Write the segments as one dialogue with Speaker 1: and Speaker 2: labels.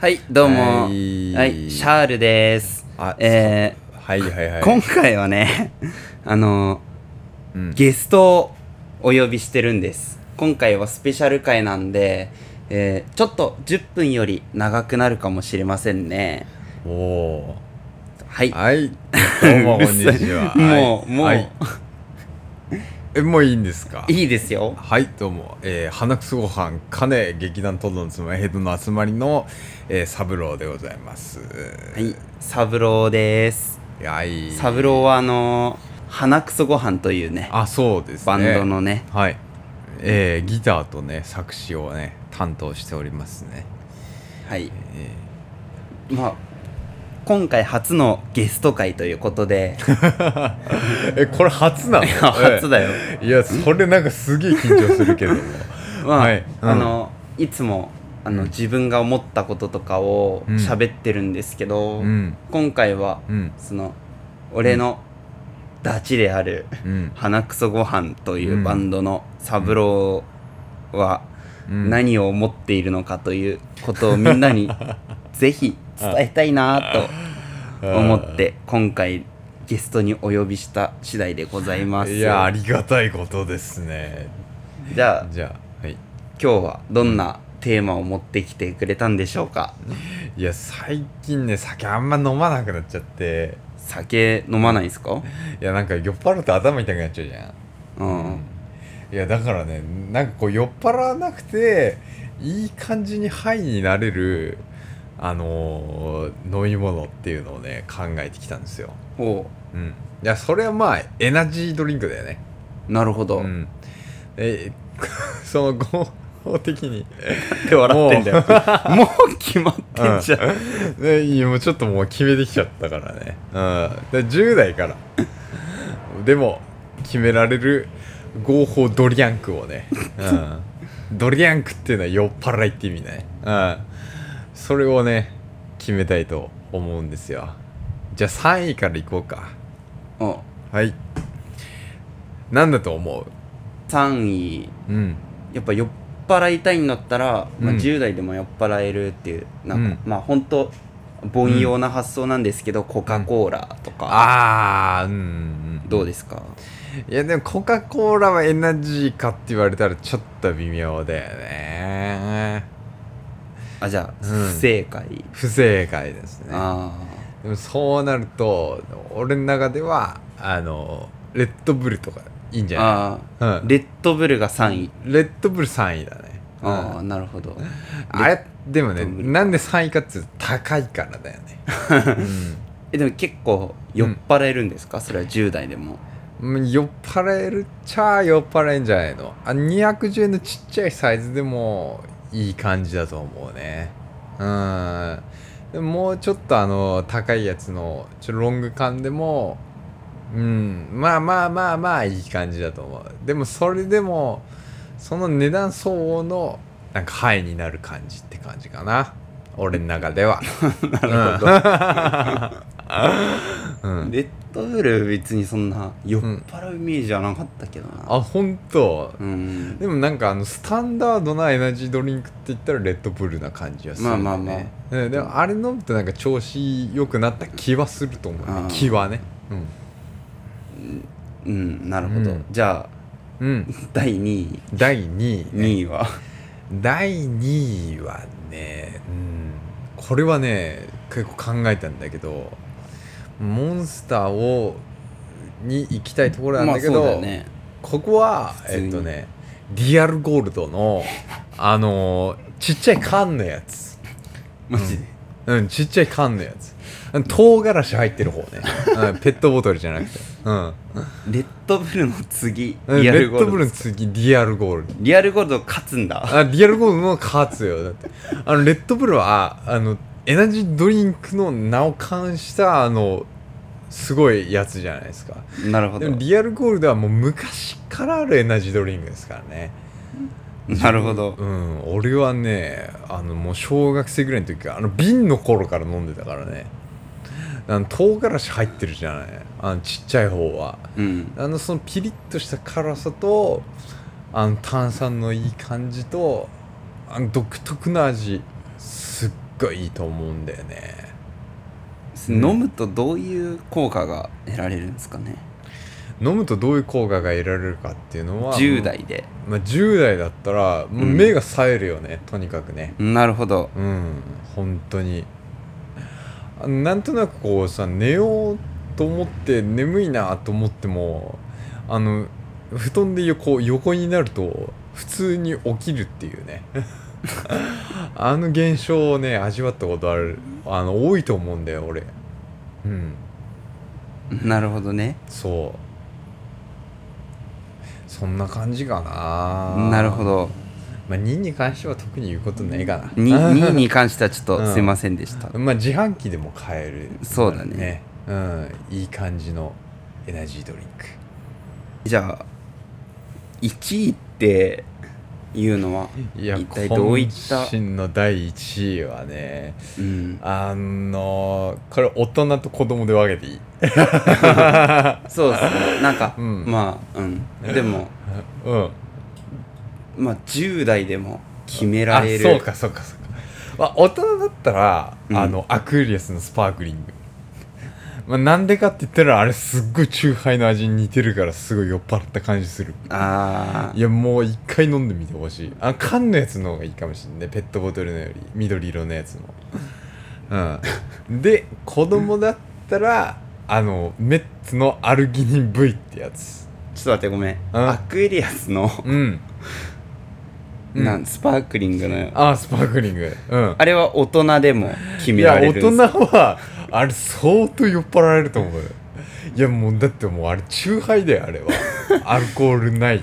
Speaker 1: はい、どうも。
Speaker 2: は
Speaker 1: はいい、シャールです。
Speaker 2: あ
Speaker 1: え
Speaker 2: はいはいは
Speaker 1: ー
Speaker 2: い
Speaker 1: 今回はね、 あの、
Speaker 2: うん
Speaker 1: ゲストをお呼びしてるんです。今回はスペシャル回なんで、えーちょっと10分より長くなるかもしれませんね。
Speaker 2: おお
Speaker 1: はい。
Speaker 2: はいどうもこんに
Speaker 1: うるさ
Speaker 2: ち
Speaker 1: い
Speaker 2: は
Speaker 1: もう、もう、
Speaker 2: はいい、えもういいんですか
Speaker 1: いですよ。
Speaker 2: はいどうも、えー、花くそごはんかね劇団トドのつまヘッドの集まりの、えー、サブローでございます
Speaker 1: はい、サブローです。
Speaker 2: はい
Speaker 1: サブローはあの、花くそご飯というね、
Speaker 2: あそうですね
Speaker 1: バンドのね、
Speaker 2: はいえー、ギターとね作詞をね担当しております ね
Speaker 1: はい。
Speaker 2: え
Speaker 1: まあ、今回初のゲスト会ということで、
Speaker 2: ーえこれ初なの
Speaker 1: いや初だよ。
Speaker 2: えーいやそれなんかすげえ緊張するけ ども
Speaker 1: まあ、
Speaker 2: はいうん
Speaker 1: あのいつもあの、
Speaker 2: うん
Speaker 1: 自分が思ったこととかを
Speaker 2: うん
Speaker 1: 喋ってるんですけど、
Speaker 2: うん
Speaker 1: 今回は、
Speaker 2: うん
Speaker 1: その俺のダチである
Speaker 2: う
Speaker 1: 「
Speaker 2: ん
Speaker 1: 花くそごはん」といううんバンドの三郎は
Speaker 2: うん
Speaker 1: 何を思っているのかということをみんな にぜひ伝えたいなと思って今回ゲストにお呼びした次第でございます。
Speaker 2: いやありがたいことですね
Speaker 1: じゃあ
Speaker 2: じゃあはい
Speaker 1: 今日はどんなテーマを持ってきてくれたんでしょうか
Speaker 2: いや最近ね酒あんま飲まなくなっちゃって
Speaker 1: 酒飲まないんすか
Speaker 2: いやなんか酔っ払うと頭痛くなっちゃうじゃ、
Speaker 1: うんん
Speaker 2: いやだからねなんかこう酔っ払わなくていい感じにハイになれるあのー飲み物っていうのをね考えてきたんですよ
Speaker 1: おう
Speaker 2: うんいやそれはまあエナジードリンクだよね
Speaker 1: なるほど、
Speaker 2: うんえ その合法的 に
Speaker 1: って笑ってんだよもう決まってんじゃん、
Speaker 2: ね、いやもうちょっともう決めてきちゃったからね。うん。で10代から。でも、決められる合法ドリアンクをね。うん。ドリアンクっていうのは酔っ払いって意味ね。うん。それをね、決めたいと思うんですよ。じゃあ3位からいこうか。
Speaker 1: お
Speaker 2: はい。なんだと思
Speaker 1: 3位
Speaker 2: ううん。
Speaker 1: やっぱ酔っ払いたいんだったら、まあ、
Speaker 2: うん
Speaker 1: 10代でも酔っ払えるっていうなんか、
Speaker 2: う
Speaker 1: まあほんと凡庸な発想なんですけど、コカ・コーラとか、
Speaker 2: あー、うんうん。
Speaker 1: どうですか
Speaker 2: いやでもコカ・コーラはエナジーかって言われたらちょっと微妙だよね
Speaker 1: あじゃあ、
Speaker 2: うん
Speaker 1: 不正解
Speaker 2: 不正解ですね
Speaker 1: あ
Speaker 2: でもそうなると俺の中ではあのレッドブルとかいいんじ
Speaker 1: ー
Speaker 2: ゃ
Speaker 1: あ
Speaker 2: ない、う
Speaker 1: ー
Speaker 2: ん、レ
Speaker 1: レッドブルが3位、
Speaker 2: ッドブル3位だねうん
Speaker 1: ああなるほど
Speaker 2: あれでもね
Speaker 1: レッドブル
Speaker 2: なんで3位かっていうと高いからだ よね、
Speaker 1: えでも結構酔っ払えるんですか、それは10代でも
Speaker 2: うんうん酔っ払えるっちゃ酔っ払えんじゃないのあ210円のちっちゃいサイズでもいい感じだと思うねうんでももうちょっとあの高いやつのちょっとロング缶でもうんまあまあまあまあいい感じだと思うでもそれでもその値段相応のなんかハイになる感じって感じかな俺の中ではなるほど、うん、
Speaker 1: レッドブル別にそんな酔っ払うイメージはなかったけどな、
Speaker 2: あ本当
Speaker 1: うん
Speaker 2: でもなんかあのスタンダードなエナジードリンクって言ったらレッドブルな感じはするよね
Speaker 1: まあまあ
Speaker 2: うんでもあれ飲むとなんか調子良くなった気はすると思うね、
Speaker 1: あー
Speaker 2: 気はねうん、
Speaker 1: うんなるほど、
Speaker 2: うん
Speaker 1: じゃ
Speaker 2: うん、
Speaker 1: あ第2位
Speaker 2: 第2位ね
Speaker 1: 2位は
Speaker 2: 第2位はね、うん、これはね結構考えたんだけどモンスターをに行きたいところなんだけど、
Speaker 1: まあそうだよね
Speaker 2: ここは
Speaker 1: 普通に
Speaker 2: えっとねリアルゴールドのあのーちっちゃい缶のやつ
Speaker 1: マジで、
Speaker 2: うん、ちっちゃい缶のやつ。うん唐辛子入ってる方ね。うん、ペットボトルじゃなくて。うん。
Speaker 1: レッドブルの次
Speaker 2: うん
Speaker 1: リア
Speaker 2: レ
Speaker 1: ル
Speaker 2: ッ
Speaker 1: ゴー
Speaker 2: ド
Speaker 1: ル
Speaker 2: ブ
Speaker 1: ド
Speaker 2: ルの次、リアルゴールド。
Speaker 1: リアルゴールド勝つん だ
Speaker 2: あ、リアルゴールドの勝つよ。だって。あの、レッドブルは、あの、エナジードリンクの名を冠した、あの、すごいやつじゃないですか。
Speaker 1: なるほ
Speaker 2: で
Speaker 1: ど
Speaker 2: も、リアルゴールドはもう昔からあるエナジードリンクですからね。
Speaker 1: なるほど
Speaker 2: うん、俺はねあのもう小学生ぐらいの時からあの瓶の頃から飲んでたからねあの唐辛子入ってるじゃないあのちっちゃい方は
Speaker 1: うん
Speaker 2: あのそのピリッとした辛さとあの炭酸のいい感じとあの独特な味すっごいいいと思うんだよね
Speaker 1: 飲むとどういう効果が得られるんですかね
Speaker 2: 飲むとどういう効果が得られるかっていうのは
Speaker 1: 10代で
Speaker 2: まあ、10代だったらも
Speaker 1: う
Speaker 2: う
Speaker 1: ん
Speaker 2: 目が冴えるよね、とにかくね
Speaker 1: なるほど
Speaker 2: うん本当にあなんとなくこうさ寝ようと思って眠いなと思ってもあの布団で横横になると普通に起きるっていうね あの現象をね味わったことあるあの多いと思うんだよ俺うん
Speaker 1: なるほどね
Speaker 2: そうそんな感じかな
Speaker 1: なるほど
Speaker 2: まあ2に関しては特に言うことないかな
Speaker 1: に2位に関してはちょっ
Speaker 2: うん
Speaker 1: とすいませんでした、
Speaker 2: まあ自販機でも買える
Speaker 1: そうだね
Speaker 2: うんいい感じのエナジードリンク
Speaker 1: じゃあ1位っていうのはい
Speaker 2: や
Speaker 1: 一体どういった
Speaker 2: 渾身の第1位はね
Speaker 1: うん
Speaker 2: あのこれ大人と子供で分けていい
Speaker 1: そうですねなんか、
Speaker 2: うん
Speaker 1: まあうんでも
Speaker 2: うん
Speaker 1: まあ10代でも決められる
Speaker 2: あそうかそうかそうか、まあ、大人だったら、
Speaker 1: うん
Speaker 2: あのアクエリアスのスパークリングまあなんでかって言ったらあれすっごいチューハイの味に似てるからすごい酔っ払った感じする
Speaker 1: あ
Speaker 2: いやもう一回飲んでみてほしいあ缶のやつの方がいいかもしれないペットボトルのより緑色のやつのうんで子供だったらあのメッツのアルギニン V ってやつ
Speaker 1: ーちょっと待ってごめん、
Speaker 2: うん
Speaker 1: アクエリアスの、
Speaker 2: うんうん
Speaker 1: なんスパークリングのあ
Speaker 2: ああスパークリングうん
Speaker 1: れは大人でも決
Speaker 2: い
Speaker 1: め
Speaker 2: や
Speaker 1: られ
Speaker 2: 大
Speaker 1: るんです
Speaker 2: 人はあれ相当酔っ払われると思うよいやもうだってもうあれチューハイだよあれは アルコールないい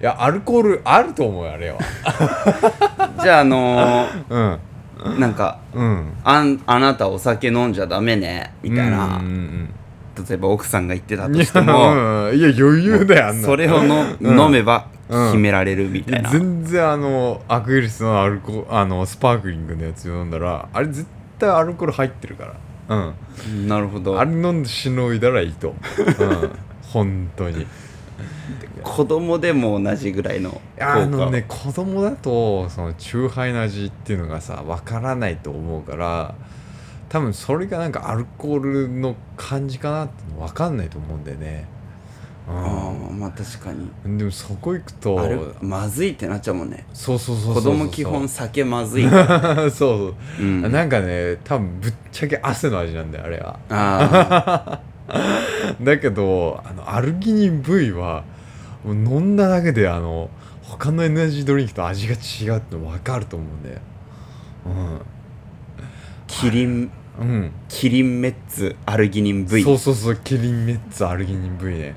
Speaker 2: やアルコールあると思うよあれは
Speaker 1: じゃああの
Speaker 2: うん
Speaker 1: ーなんか
Speaker 2: うん
Speaker 1: あんあなたお酒飲んじゃダメねみたいな、
Speaker 2: うんうん
Speaker 1: 例えば奥さんが言ってた
Speaker 2: うん、い
Speaker 1: と
Speaker 2: や
Speaker 1: しても
Speaker 2: うんいや余裕だよあんなの
Speaker 1: それをの、
Speaker 2: うん
Speaker 1: 飲めば決められるみ
Speaker 2: い
Speaker 1: たい
Speaker 2: や
Speaker 1: な、
Speaker 2: 全然あのアクエリスのアルコあのスパークリングのやつ飲んだらあれ絶対アルコール入ってるからうん
Speaker 1: なるほど
Speaker 2: あれ飲んでしのいだらいいと思う、うん、本 当に
Speaker 1: 子供でも同じぐらいの効果
Speaker 2: あのね子供だとそのチューハイの味っていうのがさわからないと思うから多分それがなんかアルコールの感じかなってのわかんないと思うんだよね、
Speaker 1: あ
Speaker 2: う
Speaker 1: ーまあ確かに
Speaker 2: ん、でもそこ行くと
Speaker 1: あれまずいってなっちゃうもんね
Speaker 2: そうそうそうそ
Speaker 1: 子
Speaker 2: うそう
Speaker 1: 供基本
Speaker 2: そ
Speaker 1: 酒まずい、
Speaker 2: う そう、
Speaker 1: うん、あ
Speaker 2: なんかね多分ぶっちゃけ汗の味なんだよあれは
Speaker 1: あ
Speaker 2: だけどあのアルギニン V はもう飲んだだけであの他のエナジードリンクと味が違うって分かると思うんだよ
Speaker 1: キリン
Speaker 2: うん、うん、
Speaker 1: キリンメッツアルギニン V
Speaker 2: そうそうそうキリンメッツアルギニン V ね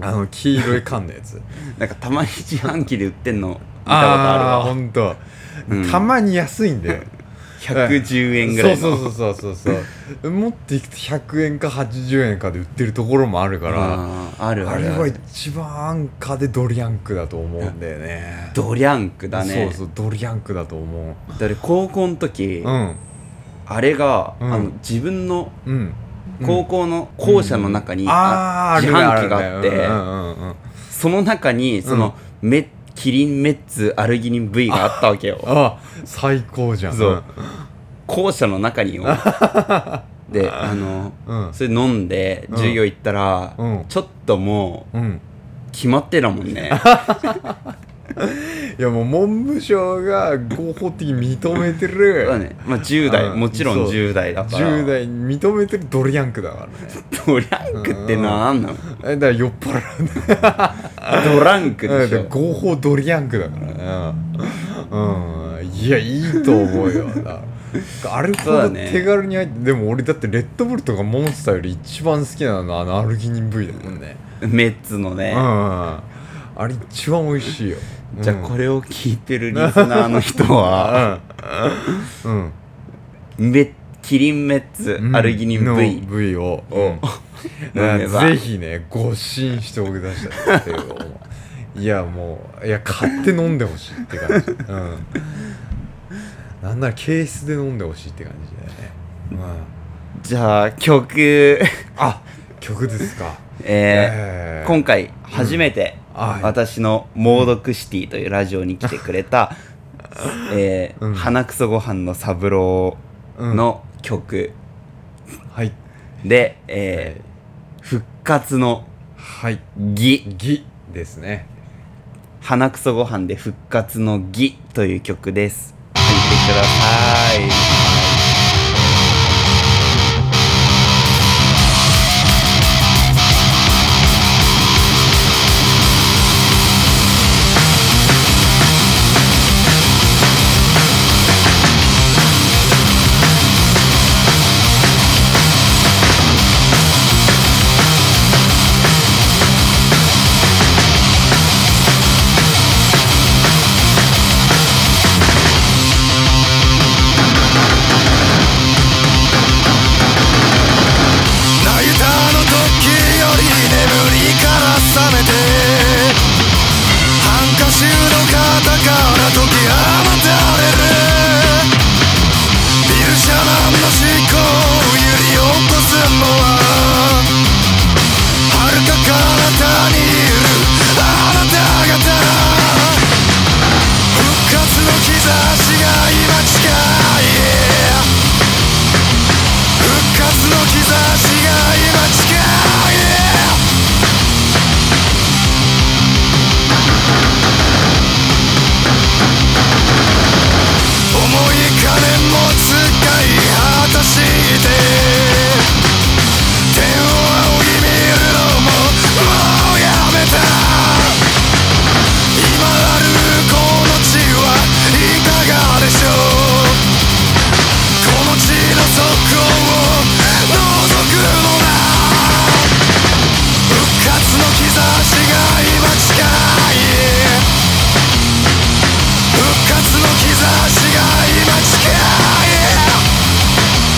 Speaker 2: あの黄色い缶のや つ
Speaker 1: なんかたまに自販機で売ってんの見たこと
Speaker 2: ああ
Speaker 1: あ
Speaker 2: ほんと、
Speaker 1: うん
Speaker 2: たまに安いんだよ
Speaker 1: るわ110円ぐらいの
Speaker 2: そうそうそうそうそう そう持っていくと100円か80円かで売ってるところもあるから
Speaker 1: あーある
Speaker 2: あ
Speaker 1: あ
Speaker 2: れ
Speaker 1: るあ
Speaker 2: は
Speaker 1: る
Speaker 2: 一番安価でドリアンクだと思うんだよね
Speaker 1: ドリャンクだね
Speaker 2: そうそうドリアンクだと思う
Speaker 1: だって高校の時、
Speaker 2: うん
Speaker 1: あれが、
Speaker 2: うん
Speaker 1: あの自分の
Speaker 2: うん
Speaker 1: 高校の校舎の中に、
Speaker 2: あーあ
Speaker 1: 自
Speaker 2: るね
Speaker 1: 販機があって
Speaker 2: るねうんうんうんうん
Speaker 1: その中にその、メキリンメッツアルギニン V があったわけよ
Speaker 2: あ最高じゃん
Speaker 1: そう校舎の中 によであの
Speaker 2: うん
Speaker 1: それ飲んで授業行ったら、
Speaker 2: うん
Speaker 1: ちょっとも
Speaker 2: うん
Speaker 1: う決まってたもん ね
Speaker 2: いやもう文部省が合法的に認めて
Speaker 1: そうだ
Speaker 2: る
Speaker 1: ね、まあ、10代
Speaker 2: うん
Speaker 1: もちろん
Speaker 2: そう
Speaker 1: 10代だから
Speaker 2: 10代に認めてるドリアンクだからね
Speaker 1: ドランクってなんなの
Speaker 2: えだから酔っ払うんだ
Speaker 1: ドランク
Speaker 2: よ
Speaker 1: でし
Speaker 2: だか
Speaker 1: ょ
Speaker 2: ら合法ドリアンクだからねうん、うん、いやいいと思うよだから あれほ
Speaker 1: そうだ
Speaker 2: ど
Speaker 1: ね
Speaker 2: 手軽に入って、でも俺だってレッドブルとかモンスターより一番好きなのあのアルギニン V だもんね
Speaker 1: メッツの
Speaker 2: う
Speaker 1: ね、
Speaker 2: んあれ一番美味しいよ
Speaker 1: じゃあこれを聞いてるリスナーの人は
Speaker 2: うん、うん
Speaker 1: メキリンメッツアルギニン V、
Speaker 2: の V を、
Speaker 1: うん飲めば
Speaker 2: ぜひね誤信しておき出したっていう思ういやもういや買って飲んでほしいって 感じ、うん、なんならケースで飲んでほしいって感じだよね、うん、
Speaker 1: じゃあ曲
Speaker 2: あ曲ですか
Speaker 1: えー
Speaker 2: えー
Speaker 1: 今回初めて
Speaker 2: はい
Speaker 1: 私の「猛毒シティ」というラジオに来てくれたえー
Speaker 2: うん
Speaker 1: 花くそご飯の三郎の曲
Speaker 2: はい
Speaker 1: で、えー復活の
Speaker 2: はい
Speaker 1: 儀
Speaker 2: ぎですね
Speaker 1: 花くそご飯で復活の儀という曲です。聴いてください。
Speaker 3: 泣いたあの時より眠りから覚めてハンカチの肩から解き放たれるビルシャマンの思考を揺り起こすのは遥か彼方にいるあなた方復活の兆しが今近い復活の兆しが今近い重い金も使い果たして天を仰ぎ見るのももうやめた今あるこの地はいかがでしょうこの地の底を覗くのだ復活の兆しが今近い復活の兆しが今近い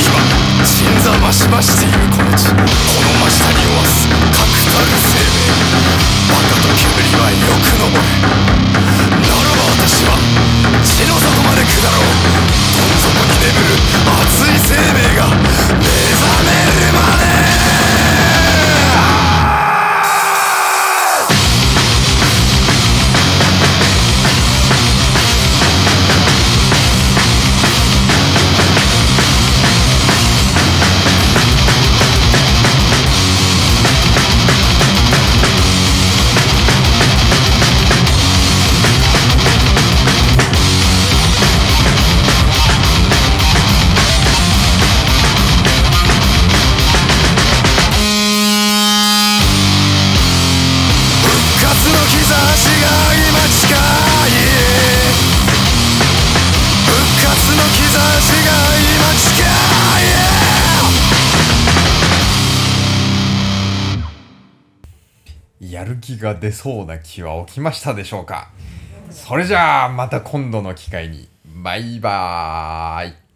Speaker 3: 今鎮座ましましているこの地この真下に弱す確たる生命バカと煙はよく登れならば私は地の底まで下ろうどん底に眠る熱い生命が目覚めるまで復活の兆しが今近い復活の兆しが今近
Speaker 2: やる気が出そうな気は起きましたでしょうかそれじゃあまた今度の機会にバイバーイ